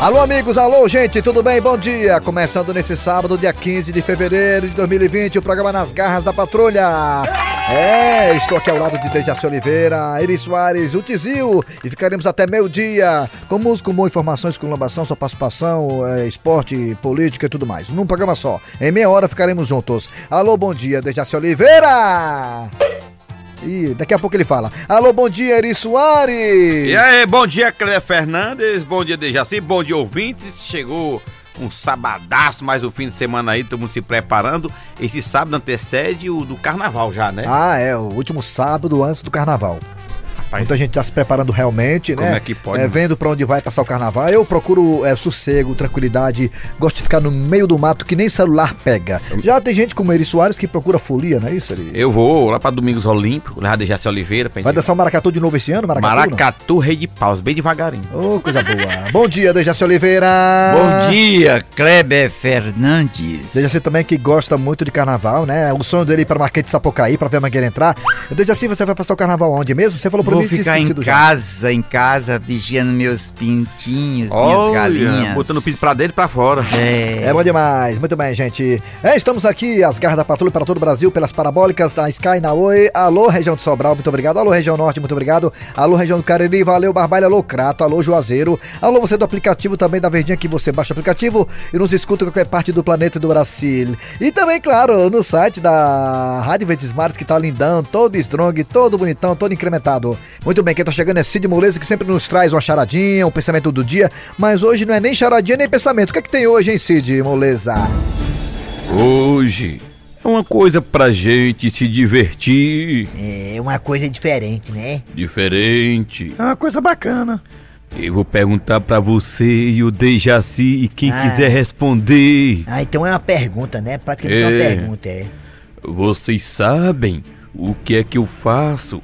Alô, amigos, alô, gente, tudo bem? Bom dia! Começando nesse sábado, dia 15 de fevereiro de 2020, o programa Nas Garras da Patrulha. É, estou aqui ao lado de Dejaci Oliveira, Eri Soares, o Tizil, e ficaremos até meio-dia com música, com boa informação, esculhambação, sua participação, é, esporte, política e tudo mais. Num programa só. Em meia hora ficaremos juntos. Alô, bom dia, Dejaci Oliveira! Ih, daqui a pouco ele fala. Alô, bom dia, Eri Soares! E aí, bom dia, Cleber Fernandes, bom dia, Dejaci, bom dia, ouvintes. Chegou um sabadaço, mas o fim de semana aí, todo mundo se preparando. Esse sábado antecede o do carnaval já, né? Ah, é, o último sábado antes do carnaval. Rapaz, Muita gente está se preparando realmente, Como né? é que pode, mano? vendo para onde vai passar o carnaval. Eu procuro é, sossego, tranquilidade, gosto de ficar no meio do mato que nem celular pega. Já tem gente como Eri Soares que procura folia, não é isso, Eri? eu vou lá pra Domingos Olímpico, lá Dejaci Oliveira, pra gente... Vai dançar o Maracatu de novo esse ano, Maracatu? não? Maracatu, Rei de Paus, bem devagarinho. Ô, coisa boa. Bom dia, Dejaci Oliveira. Bom dia, Kleber Fernandes. Dejaci também que gosta muito de carnaval, né? O sonho dele é ir pra Marquês de Sapucaí, pra ver a Mangueira entrar. Dejaci, você vai passar o carnaval onde mesmo? um Você falou pra Vou mim que tinha ficar em esquecido já. casa, em casa, vigiando meus pintinhos, minhas Olha, galinhas. botando o piso pra dentro e pra fora. É, É bom demais, muito bem, gente. É, estamos aqui, as garras da patrulha para todo o Brasil, pelas parabólicas da Sky na Oi. Alô, região de Sobral, muito obrigado. Alô, região Norte, muito obrigado. Alô, região do Cariri, valeu, Barbalha, alô, Crato, alô, Juazeiro. Alô, você do aplicativo também da Verdinha, que você baixa o aplicativo e nos escuta em qualquer parte do planeta e do Brasil. E também, claro, no site da Rádio Verdes Mares, que tá lindão, todo strong, todo bonitão, todo incrementado. Muito bem, quem tá chegando é Cid Moleza, que sempre nos traz uma charadinha, um pensamento do dia, mas hoje não é nem charadinha, nem pensamento. O que é que tem hoje, hein, Cid Moleza? Hoje é uma coisa pra gente se divertir. É uma coisa diferente, né? Diferente. É uma coisa bacana. Eu vou perguntar pra você e o Dejaci e quem Ah. quiser responder. Ah, então é uma pergunta, né? Praticamente É. uma pergunta, é. Vocês sabem o que é que eu faço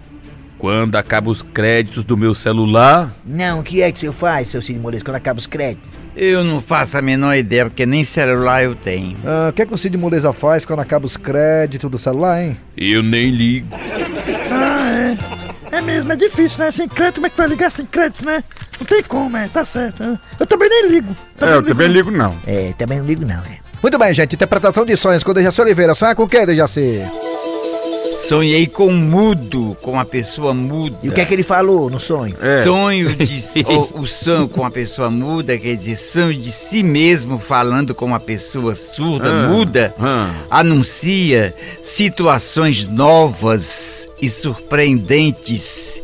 quando acabam os créditos do meu celular? Não, o que é que o senhor faz, seu Cid Moreira, quando acaba os créditos? eu não faço a menor ideia, porque nem celular eu tenho. Ah, o que é que o Cid Moleza faz quando acaba os créditos do celular, hein? Eu nem ligo. É mesmo, é difícil, né? Sem crédito, como é que vai ligar sem crédito, né? Não tem como, é, tá certo. Eu- Eu também nem ligo. Também não ligo. ligo não. É, também não ligo não, é. Muito bem, gente, interpretação de sonhos com o Dejaci Oliveira. Sonha com o quê, Dejaci? Sonhei com um mudo, com uma pessoa muda. E o que é que ele falou no sonho? Sonho de É. o, o sonho com uma pessoa muda, quer dizer, sonho de si mesmo falando com uma pessoa surda, muda, ah. anuncia situações novas e surpreendentes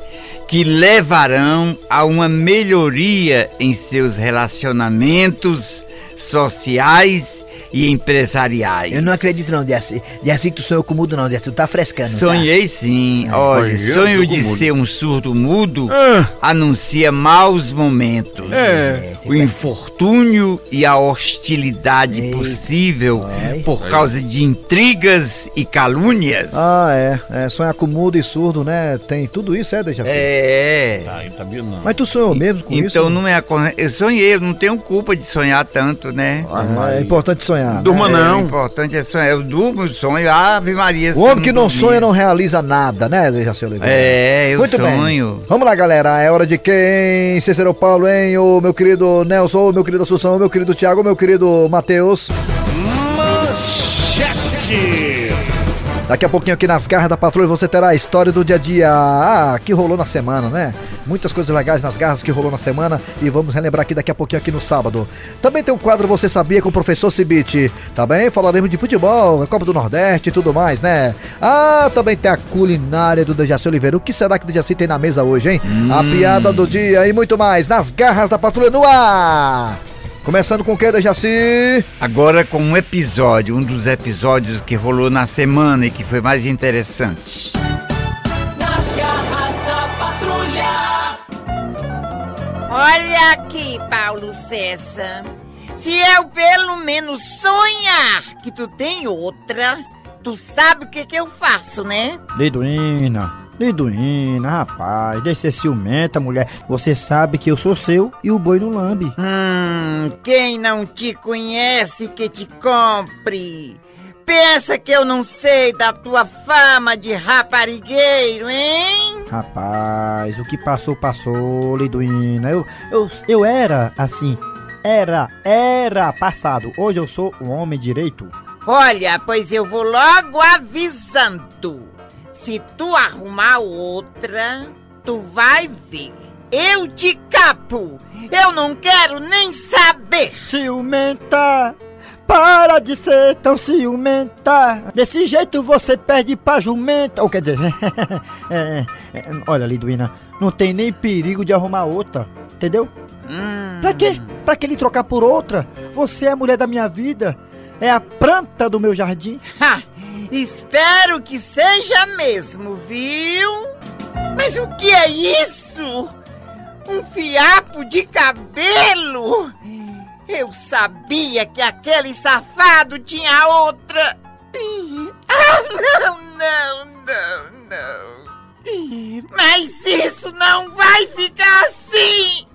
que levarão a uma melhoria em seus relacionamentos sociais e empresariais. Eu não acredito não, Jaci. Jaci, que tu sonhou com o mudo não, Jaci. Tu tá frescando, não tá? Sonhei É, sim, olha, Olha, sonho eu tô de com ser um surdo mudo Ah. anuncia maus momentos. É. O infortúnio e a hostilidade Eita. possível Ai. por causa de intrigas e calúnias. Ah, é. é sonhar com mudo e surdo, né? Tem tudo isso, é, Dejaci? É. Mas tu sonhou mesmo Tá, com isso? então não é a corre... Eu sonhei, eu não tenho culpa de sonhar tanto, né? Ah, é importante sonhar. né? Durma É, O não. importante é sonhar. Eu durmo, eu sonho, Ave Maria. O se eu homem que não dormir. sonha não realiza nada, né, Dejaci Oliveira? É, eu Muito sonho. bem. Vamos lá, galera. É hora de quem? Cícero Paulo, hein? O meu querido Nelson, o meu querido Assunção, o meu querido Thiago, o meu querido Matheus. Daqui a pouquinho aqui nas garras da patrulha você terá a história do dia a dia ah, que rolou na semana, né? Muitas coisas legais nas garras que rolou na semana e vamos relembrar aqui daqui a pouquinho aqui no sábado. Também tem o quadro Você Sabia com o professor Cibite. Também falaremos de futebol, Copa do Nordeste e tudo mais, né? Ah, também tem a culinária do Dejaci Oliveira. O que será que o Dejaci tem na mesa hoje, hein? A piada do dia e muito mais nas garras da patrulha no ar. Começando com o que, Dejaci? Agora com um episódio, um dos episódios que rolou na semana e que foi mais interessante. Nas garras da patrulha. Olha aqui, Paulo César. Se eu pelo menos sonhar que tu tem outra, tu sabe o que que eu faço, né? Liduína, Liduína, rapaz, deixa ser ciumenta, mulher. Você sabe que eu sou seu e o boi não lambe. Hum, quem não te conhece que te compre. Pensa que eu não sei da tua fama de raparigueiro, hein? Rapaz, o que passou, passou, Liduína. Eu, eu, eu era assim. Era, era passado. Hoje eu sou um homem direito. Olha, pois eu vou logo avisando. Se tu arrumar outra, tu vai ver. Eu te capo. Eu não quero nem saber. Ciumenta! Para de ser tão ciumenta! Desse jeito você perde pra jumenta! Ou quer dizer, é, é, olha, Liduína, não tem nem perigo de arrumar outra, entendeu? Hum. Pra quê? Pra que ele trocar por outra? Você é a mulher da minha vida, é a planta do meu jardim. Ha, espero que seja mesmo, viu? Mas o que é isso? Um fiapo de cabelo? Eu sabia que aquele safado tinha outra. Ah, não, não, não, não. Mas isso não vai ficar assim!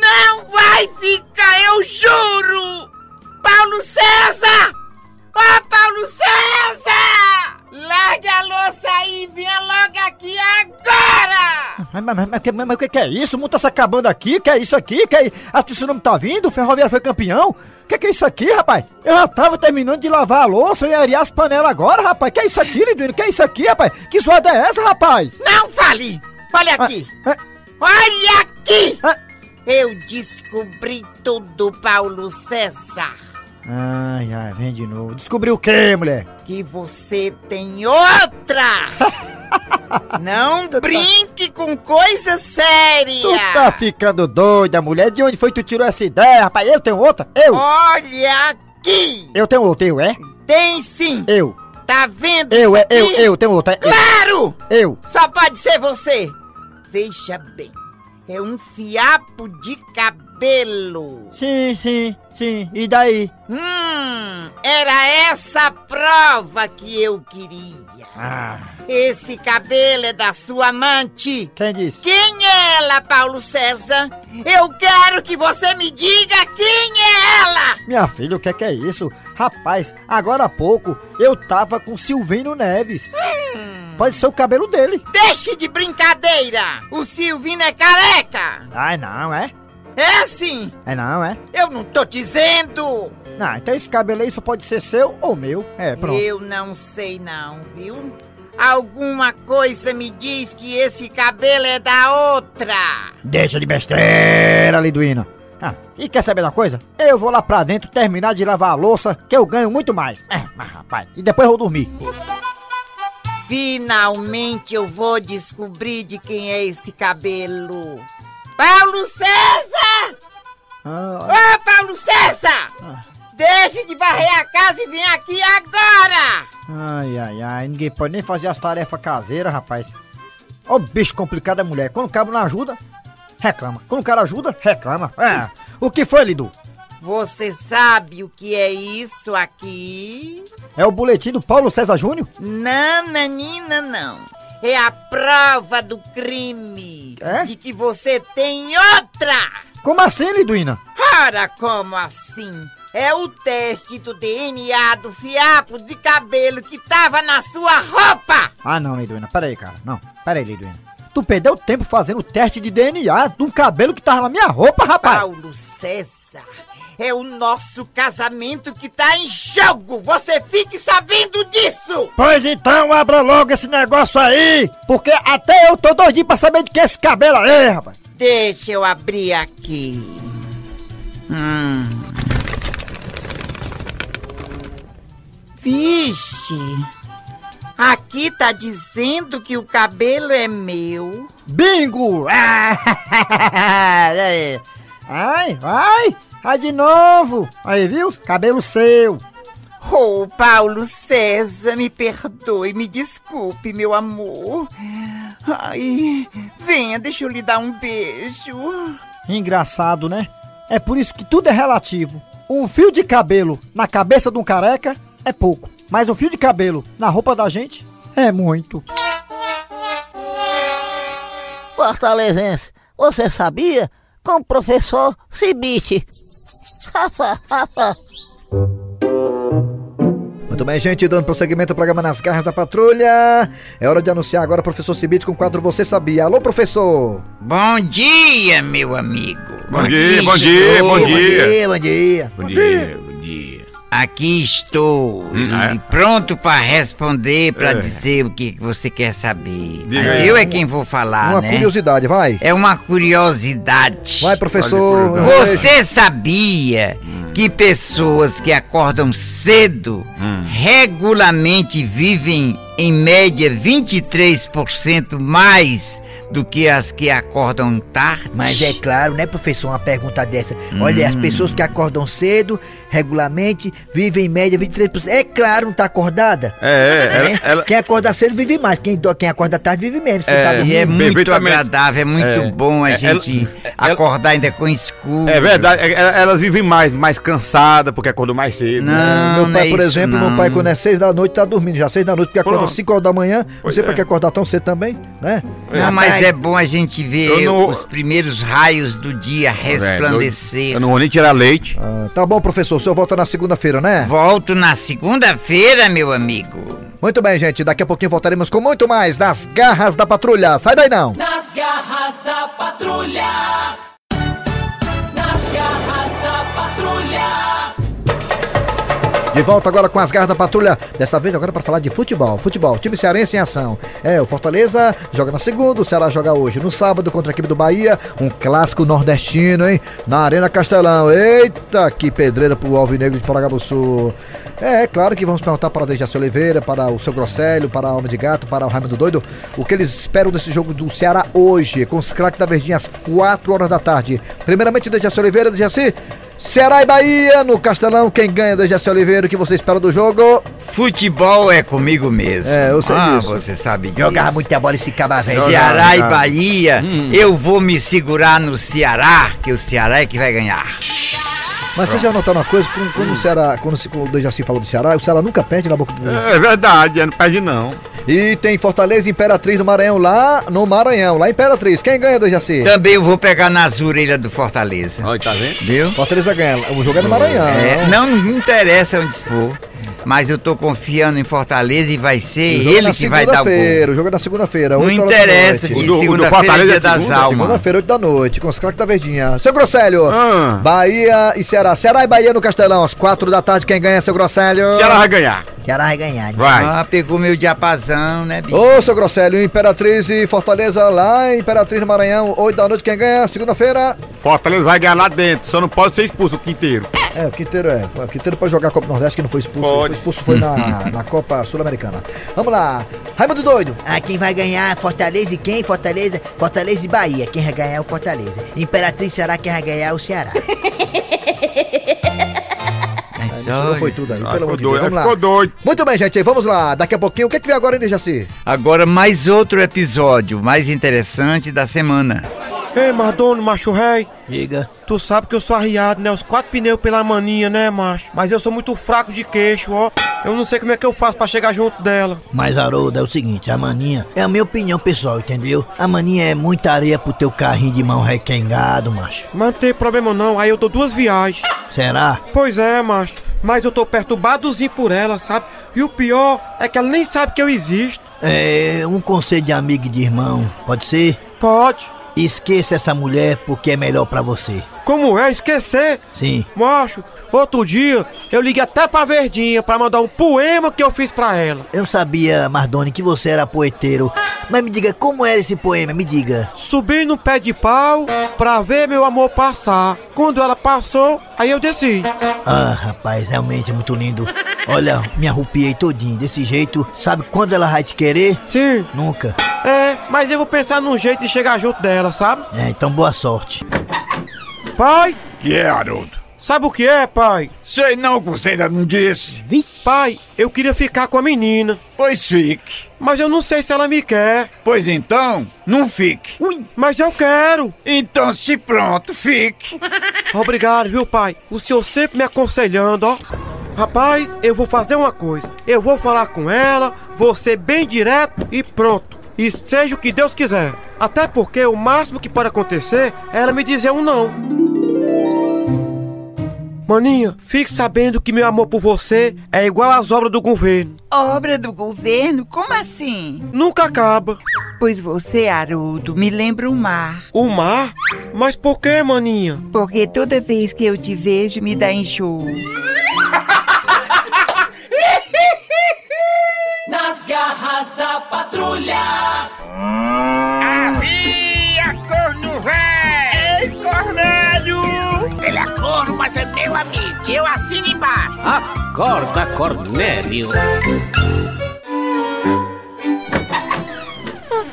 Não vai ficar, eu juro! Paulo César! Ó, Paulo César! Larga a louça aí, venha logo aqui agora! Mas, mas, mas, mas, que- mas o que, que é isso? O mundo tá se acabando aqui? Que é isso aqui? Que é... A tsunami tá vindo? O ferroviário foi campeão? Que que é isso aqui, rapaz? Eu já tava terminando de lavar a louça e arear as panelas agora, rapaz. Que é isso aqui, Liduino? Que é isso aqui, rapaz? Que zoada é essa, rapaz? Não fale! Olha aqui! Ah, Olha aqui! ah, Eu descobri tudo, Paulo César! ah. Ai, ai, vem de novo. Descobriu o quê, mulher? Que você tem outra! Não brinque com coisa séria! Tu tá ficando doida, mulher. De onde foi que tu tirou essa ideia, rapaz? Eu tenho outra? Eu? Olha aqui! Eu tenho outra, eu, é? Tem sim! Eu. Tá vendo? Eu, isso é, eu, aqui? eu tenho outra. é, Claro! Eu. Só pode ser você! Veja bem, é um fiapo de cabelo. Sim, sim, sim. E daí? Hum, era essa a prova que eu queria. Ah, Esse cabelo é da sua amante. quem disse? Quem é ela, Paulo César? Eu quero que você me diga quem é ela! Minha filha, o que é que é isso? Rapaz, agora há pouco eu tava com Silvino Neves. Pode ser o cabelo dele. Deixe de brincadeira! O Silvino é careca! Ai, não, é? É sim! É não, é? Eu não tô dizendo! Não, então esse cabelo aí só pode ser seu ou meu. É, pronto. Eu não sei não, viu? Alguma coisa me diz que esse cabelo é da outra! Deixa de besteira, Liduína. Ah, e quer saber de uma coisa? Eu vou lá pra dentro terminar de lavar a louça, que eu ganho muito mais. É, mas rapaz, e depois eu vou dormir. Finalmente eu vou descobrir de quem é esse cabelo! Paulo César! Ah, Ô, Paulo César! Ah. Deixe de varrer a casa e vem aqui agora! ai, ai, ai, ninguém pode nem fazer as tarefas caseiras, rapaz. Ó, bicho complicado é mulher. Quando o cabo não ajuda, reclama. Quando o cara ajuda, reclama. É. O que foi, Lidu? Você sabe o que é isso aqui? É o boletim do Paulo César Júnior? Nananina não. É a prova do crime. É? De que você tem outra. Como assim, Liduína? Ora, como assim? É o teste do DNA do fiapo de cabelo que tava na sua roupa. Ah, não, Liduína, peraí, cara. Não, peraí, Liduína. Tu perdeu tempo fazendo o teste de DNA de um cabelo que tava na minha roupa, rapaz. Paulo César, é o nosso casamento que tá em jogo. Você fique sabendo disso. Pois então, abra logo esse negócio aí, porque até eu tô doidinho pra saber de que é esse cabelo aí, rapaz. Deixa eu abrir aqui. Hum. Vixe, aqui tá dizendo que o cabelo é meu. Bingo! É É. Ai, vai, vai de novo. Aí, viu? Cabelo seu. Ô, Paulo César, me perdoe, me desculpe, meu amor. Ai, venha, deixa eu lhe dar um beijo. Engraçado, né? É por isso que tudo é relativo. Um fio de cabelo na cabeça de um careca é pouco, mas um fio de cabelo na roupa da gente é muito. Fortalezense, você sabia? Com o professor Cibite. Muito bem, gente, dando prosseguimento ao programa Nas Garras da Patrulha. É hora de anunciar agora o professor Cibite com o quadro Você Sabia. Alô, professor! Bom dia, meu amigo. Bom dia, bom dia, estou. bom dia. Bom dia. Bom dia, bom dia. Aqui estou, Hum, e é? pronto para responder, para É. dizer o que que você quer saber. Diga Mas aí. eu é quem vou falar, Uma né? curiosidade, vai. É uma curiosidade. Vai, professor. Olha, Você sabia que pessoas que acordam cedo Hum. regularmente vivem em média 23% mais do que as que acordam tarde? Mas é claro, né, professor, uma pergunta dessa. Olha, as pessoas que acordam cedo, regularmente, vivem em média 23%. É claro, não tá acordada? É, é, ela, ela- Quem acorda cedo vive mais, quem, do- quem acorda tarde vive menos. porque É, tá E é dormindo. muito Perfeitamente. agradável, é muito É. bom a É, ela- gente ela- acordar ainda com escuro. é verdade, é- ela- elas vivem mais, mais cansada porque acordou mais cedo. né? Não, meu pai, não é por isso, exemplo, não. meu pai quando é seis da noite tá dormindo já, seis da noite, porque acorda Pronto. cinco horas da manhã, não Pois sei é. pra que acordar tão cedo também, né? Não, mas é bom a gente ver Eu não- os primeiros raios do dia Tá Eu, resplandecer. não vou nem tirar leite. Ah, tá bom, professor, o senhor volta na segunda-feira, né? Volto na segunda-feira, meu amigo. Muito bem, gente, daqui a pouquinho voltaremos com muito mais nas garras da patrulha. Sai daí não! Nas garras da patrulha. Nas garras da patrulha. De volta agora com as garras da patrulha, desta vez agora para falar de futebol. Futebol, time cearense em ação. É, o Fortaleza joga na segunda, o Ceará joga hoje no sábado contra a equipe do Bahia, um clássico nordestino, hein? Na Arena Castelão. Eita, que pedreira pro Alvinegro de Paraguaçu. É, é claro que vamos perguntar para o Dejaci Oliveira, para o seu Grosselho, para a Alma de Gato, para o Raimundo Doido, o que eles esperam desse jogo do Ceará hoje, com os craques da Verdinha às 4 horas da tarde. Primeiramente, Dejaci Oliveira, Dejaci, Ceará e Bahia no Castelão, quem ganha Dejaci Oliveira, o que você espera do jogo? Futebol é comigo mesmo. É, eu sei ah, disso. você sabe disso. Jogava muita bola esse caba velho. Ceará e Jogava. Bahia, Hum. eu vou me segurar no Ceará, que o Ceará é que vai ganhar. Mas vocês já notaram uma coisa, quando, quando o Ceará, quando, se- quando o Dejaci falou do Ceará, o Ceará nunca perde na boca do É verdade, não perde não. É. E tem Fortaleza e Imperatriz do Maranhão lá, no Maranhão, lá em Imperatriz, quem ganha Dejaci? Também eu vou pegar nas orelhas do Fortaleza. Olha, tá vendo? Viu? Fortaleza ganha, o jogo é no Maranhão. É, não me interessa onde for, mas eu tô confiando em Fortaleza e vai O ser jogo é ele na que vai dar o gol. segunda-feira, o jogo é na segunda-feira, Não 8 horas da interessa, de noite. O do- o do segunda-feira é Fortaleza é dia das segunda? almas. Segunda-feira, 8 da noite, com os craques da Verdinha. Seu Grosselho, Ah. Bahia e Ceará. Ceará e Bahia no Castelão, às 4 da tarde, quem ganha, seu Grosselho? Ceará vai ganhar. Ceará vai ganhar. né? Vai. Ah, pegou meu diapasão, né, bicho? Ô, seu Grosselho, Imperatriz e Fortaleza lá, em Imperatriz do Maranhão, 8 da noite, quem ganha, segunda-feira? Fortaleza vai ganhar lá dentro, só não pode ser expulso o quinteiro. É, o Quinteiro é. O Quinteiro pode jogar a Copa Nordeste, que não foi expulso. Pode. Foi expulso foi na, na Copa Sul-Americana. Vamos lá. Raimundo Doido. Ah, quem vai ganhar? Fortaleza e quem? Fortaleza, Fortaleza e Bahia. Quem vai ganhar é o Fortaleza. Imperatriz Ceará, quem vai ganhar é o Ceará. Mas Não olha, foi tudo aí, Ah, pelo amor ficou de Deus. doido, Vamos lá. ficou doido. Muito bem, gente. Vamos lá. Daqui a pouquinho, o que é que vem agora, hein, Dejaci? Agora mais outro episódio, mais interessante da semana. Ei, Mardono, macho rei. Diga. Tu sabe que eu sou arriado, né? Os quatro pneus pela maninha, né, macho? Mas eu sou muito fraco de queixo, ó. Eu não sei como é que eu faço pra chegar junto dela. Mas, Haroldo, é o seguinte, a maninha é a minha opinião pessoal, entendeu? A maninha é muita areia pro teu carrinho de mão requengado, macho. Mas não tem problema não, aí eu dou duas viagens. Será? Pois é, macho. Mas eu tô perturbadozinho por ela, sabe? E o pior é que ela nem sabe que eu existo. É um conselho de amigo e de irmão, pode ser? Pode. Esqueça essa mulher porque é melhor pra você. Como é esquecer? Sim. Macho, outro dia eu liguei até pra Verdinha pra mandar um poema que eu fiz pra ela. Eu sabia, Mardoni, que você era poeteiro. Mas me diga, como era esse poema? Me diga. Subi no pé de pau pra ver meu amor passar. Quando ela passou, aí eu desci. Ah, rapaz, realmente é muito lindo. Olha, me arrupiei todinho. Desse jeito, sabe quando ela vai te querer? Sim, Nunca. é, mas eu vou pensar num jeito de chegar junto dela, sabe? É, então boa sorte. Pai, Que é, Haroldo? sabe o que é, pai? Sei não que você ainda não disse. Pai, eu queria ficar com a menina, Pois fique. mas eu não sei se ela me quer. Pois então, não fique. Mas eu quero. Então, se pronto, fique. Obrigado, viu, pai? O senhor sempre me aconselhando, ó. Rapaz, eu vou fazer uma coisa. Eu vou falar com ela, vou ser bem direto e pronto. E seja o que Deus quiser. Até porque o máximo que pode acontecer é ela me dizer um não. Maninha, fique sabendo que meu amor por você é igual às obras do governo. Obra do governo? Como assim? Nunca acaba. Pois você, Haroldo, me lembra o mar. O mar? Mas por que, maninha? Porque toda vez que eu te vejo, me dá enjoo. Nas garras da patrulha. Havia corno velho! Ei, Cornélio! Ele é corno, mas é meu amigo. Eu assino embaixo. Acorda, Cornélio.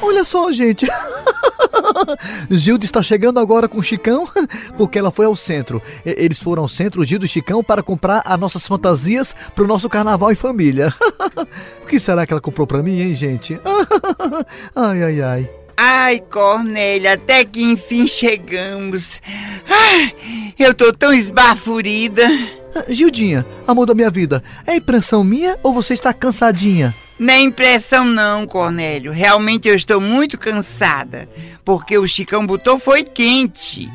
Olha só, gente. Gilda está chegando agora com o Chicão, porque ela foi ao centro. E- Eles foram ao centro, Gilda e Chicão, para comprar as nossas fantasias para o nosso carnaval em família. O que será que ela comprou para mim, hein, gente? Ai, ai, ai. Ai, Cornélia, até que enfim chegamos. Ai, eu tô tão esbafurida. Ah, Gildinha, amor da minha vida, é impressão minha ou você está cansadinha? Nem impressão não, Cornélio. Realmente eu estou muito cansada, porque o Chicão botou foi quente.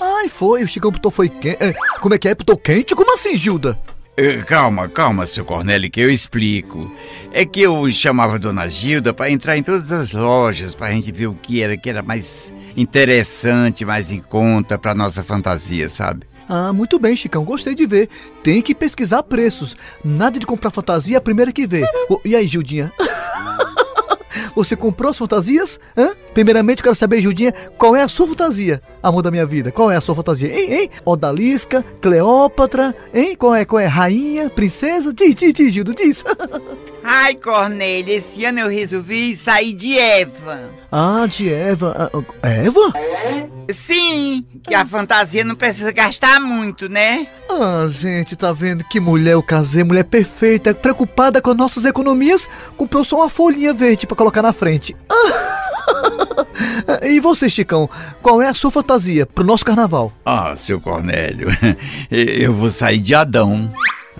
Ai, foi, o Chicão botou foi quente. Como é que é? Botou quente? Como assim, Gilda? Eh, Calma, calma, seu Cornélio, que eu explico. É que eu chamava a Dona Gilda para entrar em todas as lojas para a gente ver o que era que era mais interessante, mais em conta para nossa fantasia, sabe? Ah, muito bem, Chicão, gostei de ver. Tem que pesquisar preços. Nada de comprar fantasia a primeira que vê. Ô, e aí, Gildinha? Você comprou as fantasias? Hã? Primeiramente, eu quero saber, Gildinha, qual é a sua fantasia? Amor da minha vida, qual é a sua fantasia? Hein, hein? Odalisca, Cleópatra, hein? Qual é, qual é? Rainha, princesa? Diz, diz, diz, Gildo, diz. Ai, Cornélia, esse ano eu resolvi sair de Eva. ah, de Eva. Ah, ah, Eva? Sim, que a fantasia não precisa gastar muito, né? Ah, gente, tá vendo que mulher eu casei, mulher perfeita, preocupada com as nossas economias, comprou só uma folhinha verde pra colocar na frente. Ah, e você, Chicão, qual é a sua fantasia pro nosso carnaval? Ah, seu Cornélio, eh, eu vou sair de Adão.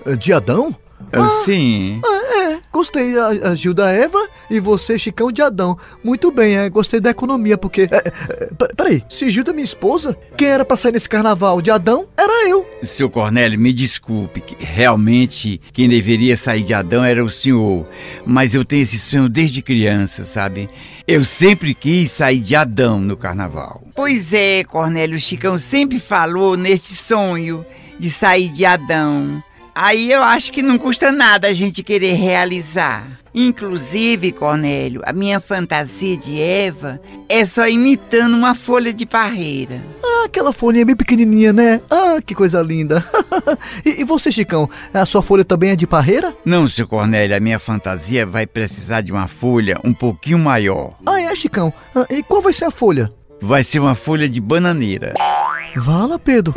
Assim, Eh, De Adão? Eu, Sim. Ah, é, gostei a, a Gilda Eva e você, Chicão de Adão. Muito bem, é, gostei da economia, porque. é, é, pe- peraí, se Gilda é minha esposa, quem era pra sair nesse carnaval de Adão era eu. Seu Cornélio, me desculpe, que realmente quem deveria sair de Adão era o senhor. Mas eu tenho esse sonho desde criança, sabe? Eu sempre quis sair de Adão no carnaval. Pois é, Cornélio, o Chicão sempre falou neste sonho de sair de Adão. Aí eu acho que não custa nada a gente querer realizar. Inclusive, Cornélio, a minha fantasia de Eva é só imitando uma folha de parreira. Ah, aquela folhinha bem pequenininha, né? Ah, que coisa linda. e, e você, Chicão, a sua folha também é de parreira? Não, seu Cornélio, a minha fantasia vai precisar de uma folha um pouquinho maior. Ah, é, Chicão. Ah, e qual vai ser a folha? Vai ser uma folha de bananeira. Vala, Pedro.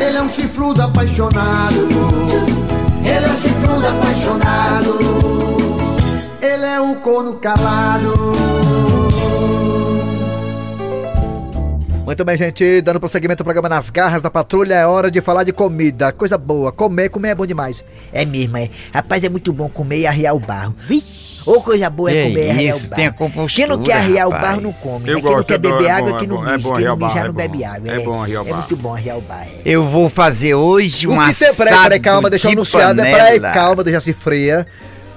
Ele é um chifrudo apaixonado. Ele é um chifrudo apaixonado. Ele é um corno calado. Muito bem, gente. Dando prosseguimento ao programa Nas Garras da Patrulha, é hora de falar de comida. Coisa boa. Comer, comer é bom demais. É mesmo, é. Rapaz, é muito bom comer e arriar o barro. Ou coisa boa é Que comer e arriar o isso, barro. tem a compostura, Quem não quer arriar o rapaz. barro não come. né? Quem Eu não gosto, é quer bom, beber é água bom, aqui é não bom, é mijo. bom Quem não arriar o mijar não barro, é bebe bom. água. É bom arriar o É barro. muito bom arriar o barro. é. Eu vou fazer hoje um o que tem, assado peraí, peraí, calma, deixa eu de anunciar, né? panela. Peraí, calma, do Jaci Freia.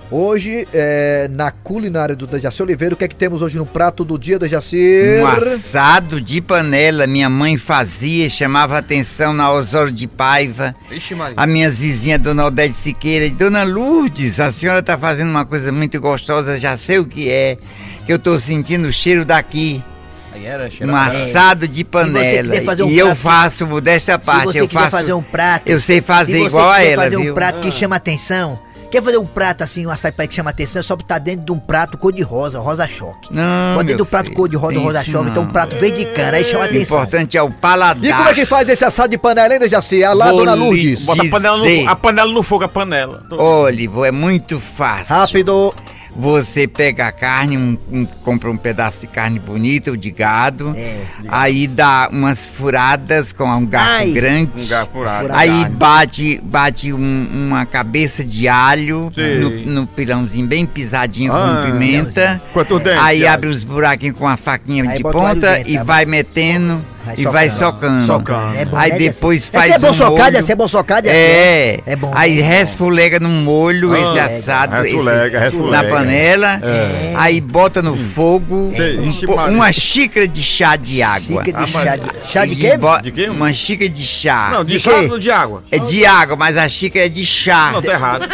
Hoje, é, na culinária do Dejaci Oliveira, o que é que temos hoje no prato do dia, Dejaci? Um assado de panela minha mãe fazia, chamava atenção na Osório de Paiva. Vixe, Maria. As minhas vizinhas, Dona Odete Siqueira e Dona Lourdes, a senhora tá fazendo uma coisa muito gostosa, já sei o que é, que eu tô sentindo o cheiro daqui. Aí era, cheira- Um assado de panela. quiser fazer um e eu prato- faço, modesta Se parte, você eu quiser faço. fazer um prato. Eu sei fazer se você igual a quiser ela, fazer viu? um prato Ah. que chama atenção. Quer fazer um prato assim, um açaí pra que chama atenção, é só botar dentro de um prato cor-de-rosa, rosa-choque. Bota Não, Ah, meu dentro do prato filho, cor-de-rosa, tem isso rosa-choque, não. então um prato verde de cana, aí chama O atenção. importante é o paladar. E como é que faz esse assado de panela, hein, Dejaci? A lá, Vou Dona lhe Lourdes. dizer. Bota a panela, no, a panela no fogo, a panela. Olhe, vô, é muito fácil. Rápido. Você pega a carne, um- um- compra um pedaço de carne bonita ou de gado, É, aí dá umas furadas com um garfo Ai. grande. Um garfurado. Aí bate, bate um- uma cabeça de alho Sei. no, no pilãozinho bem pisadinho Ah, com pimenta. Quanto dente? Aí ó. abre os buraquinhos com a faquinha Aí de bota o alho ponta dentro, e tá bom. vai metendo. e vai socando. Socando. É bom, aí né, depois Jaci? faz Esse é bom um socado, molho. Jaci, é bom socado, Jaci? É. É bom, Aí resfulega no molho Ah, esse é. assado. Resfulega, esse, resfulega. Na panela. É. Aí bota no fogo Sei, um ixi, po- Maria. uma xícara de chá de água. Xícara de Ah, chá mas- chá de quê? De quê? Uma xícara de chá. Não, de chá quê? ou de água? É de água, mas a xícara é de chá. Não, tá errado.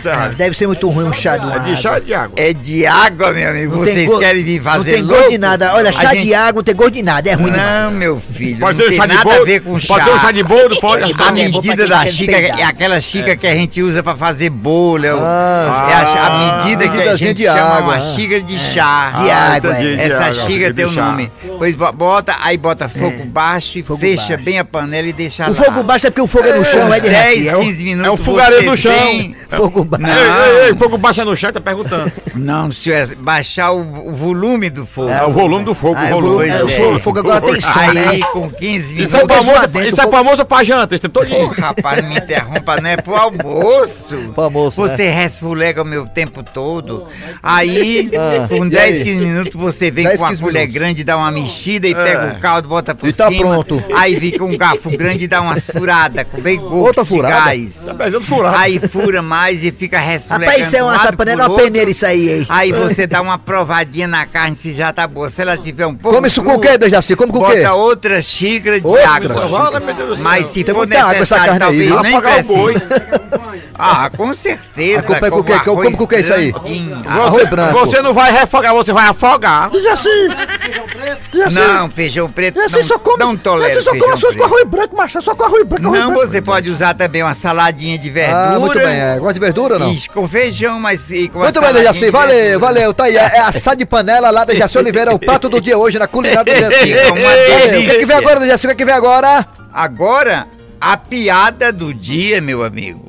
Tá errado. Deve ser muito ruim um chá de água. de chá ou de água? É de água, meu amigo. Não tem Vocês go- querem vir fazer Não tem é louco? gosto de nada. Olha, A chá gente- de água não tem gosto de nada. É ruim né? não, demais. meu filho. Pode ser não um tem chá de nada a boldo? ver com Pode chá. É, ser um chá de boldo? Pode. um A medida da xícara é aquela xícara que a gente usa pra fazer bolo. É, o- é a, a ah, medida que a medidazinha gente de chama água, uma ah. xícara de É. chá. De Ah, água, entendi, é. de Essa água, xícara de tem o chá. É. nome. Pois bo- bota, aí bota fogo baixo e fecha baixo. bem a panela e deixa O lá. fogo baixo é porque o fogo é no chão, é de 10, Jaci, é o- 15 minutos. é o fogareiro no chão. Fogo baixo. Ei, ei, ei, fogo baixo é no chão, tá perguntando. Não, senhor, é baixar o, o volume do fogo. É, o volume do fogo, Ah, o é, o volume. volume, é, o Pois fogo- o fogo agora tem som, Aí, né? com 15 Isso minutos. é famoso, isso é famoso pra janta, esse tempo todo Ô, rapaz, não me interrompa, não é pro almoço. Pro almoço, Você né? resfulega o meu tempo todo. Aí, Ah, com e 10, aí? 15 minutos, você vem 10, com a 15 colher minutos. grande, dá uma mexida e É. pega o caldo, bota por E tá cima. pronto. Aí fica um garfo grande e dá umas furadas, com bem gosto Outra de furada? gás. Tá perdendo furada. Aí fura mais e fica resfulegando. Rapaz, isso é uma- um lado essa panela pro é uma outro. peneira, isso aí, hein? Aí você dá uma provadinha na carne se já tá boa. Se ela tiver um pouco. Come isso com o crua, quê, Dejaci? Come com o quê? Bota outra xícara de Outra água. xícara. Mas se Tem for muita água essa necessário, carne aí, talvez viu? nem Apagar o boi. precise. Ah, com certeza. Ah, como é que- com que- que- arroz como que é isso aí? branquinho. Você- Arroz branco. Você não vai refogar, você vai afogar. Não, feijão preto não, só come, não tolero Você só come feijão as suas com preto. arroz branco, macho. Só com arroz branco, arroz Não, branco. você pode usar também uma saladinha de verdura. Ah, muito bem. É, gosta de verdura ou não? Isso, com feijão, mas e com a Muito bem, saladinha de Dejaci. Valeu, verdura. valeu. Tá aí. É assado de panela lá, Dejaci Oliveira. É o prato do dia hoje na culinária do Dejaci. Fica É uma Valeu. O que, que delícia. vem agora, Dejaci? O que, que vem agora? Agora, a piada do dia, meu amigo.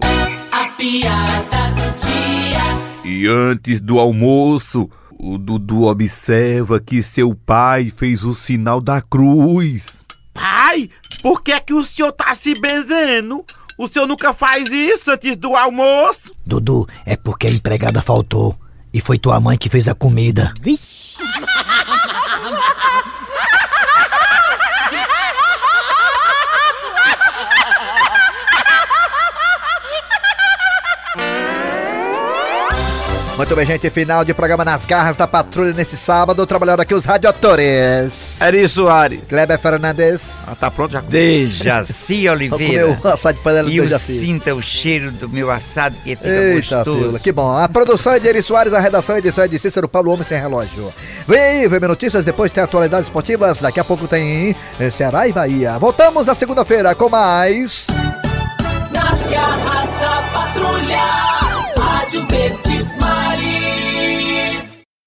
A piada do dia. E antes do almoço, o Dudu observa que seu pai fez o sinal da cruz. Pai, por que é que o senhor tá se benzendo? O senhor nunca faz isso antes do almoço? Dudu, é porque a empregada faltou. E foi tua mãe que fez a comida. Muito bem, gente. Final de programa nas garras da patrulha nesse sábado. Trabalhando aqui os radiotores. Eri Soares. Kleber Fernandes. tá pronto já? Dejaci Oliveira. Vou comer o assado de panela do e eu Dejaci. sinta o cheiro do meu assado que fica Eita, gostoso. pila, que bom. A produção é de Eri Soares, a redação é de, é de Cícero Paulo Homem Sem Relógio. Vem aí, vem notícias, depois tem atualidades esportivas, daqui a pouco tem eh, Ceará e Bahia. Voltamos na segunda-feira com mais... Nas garras da patrulha.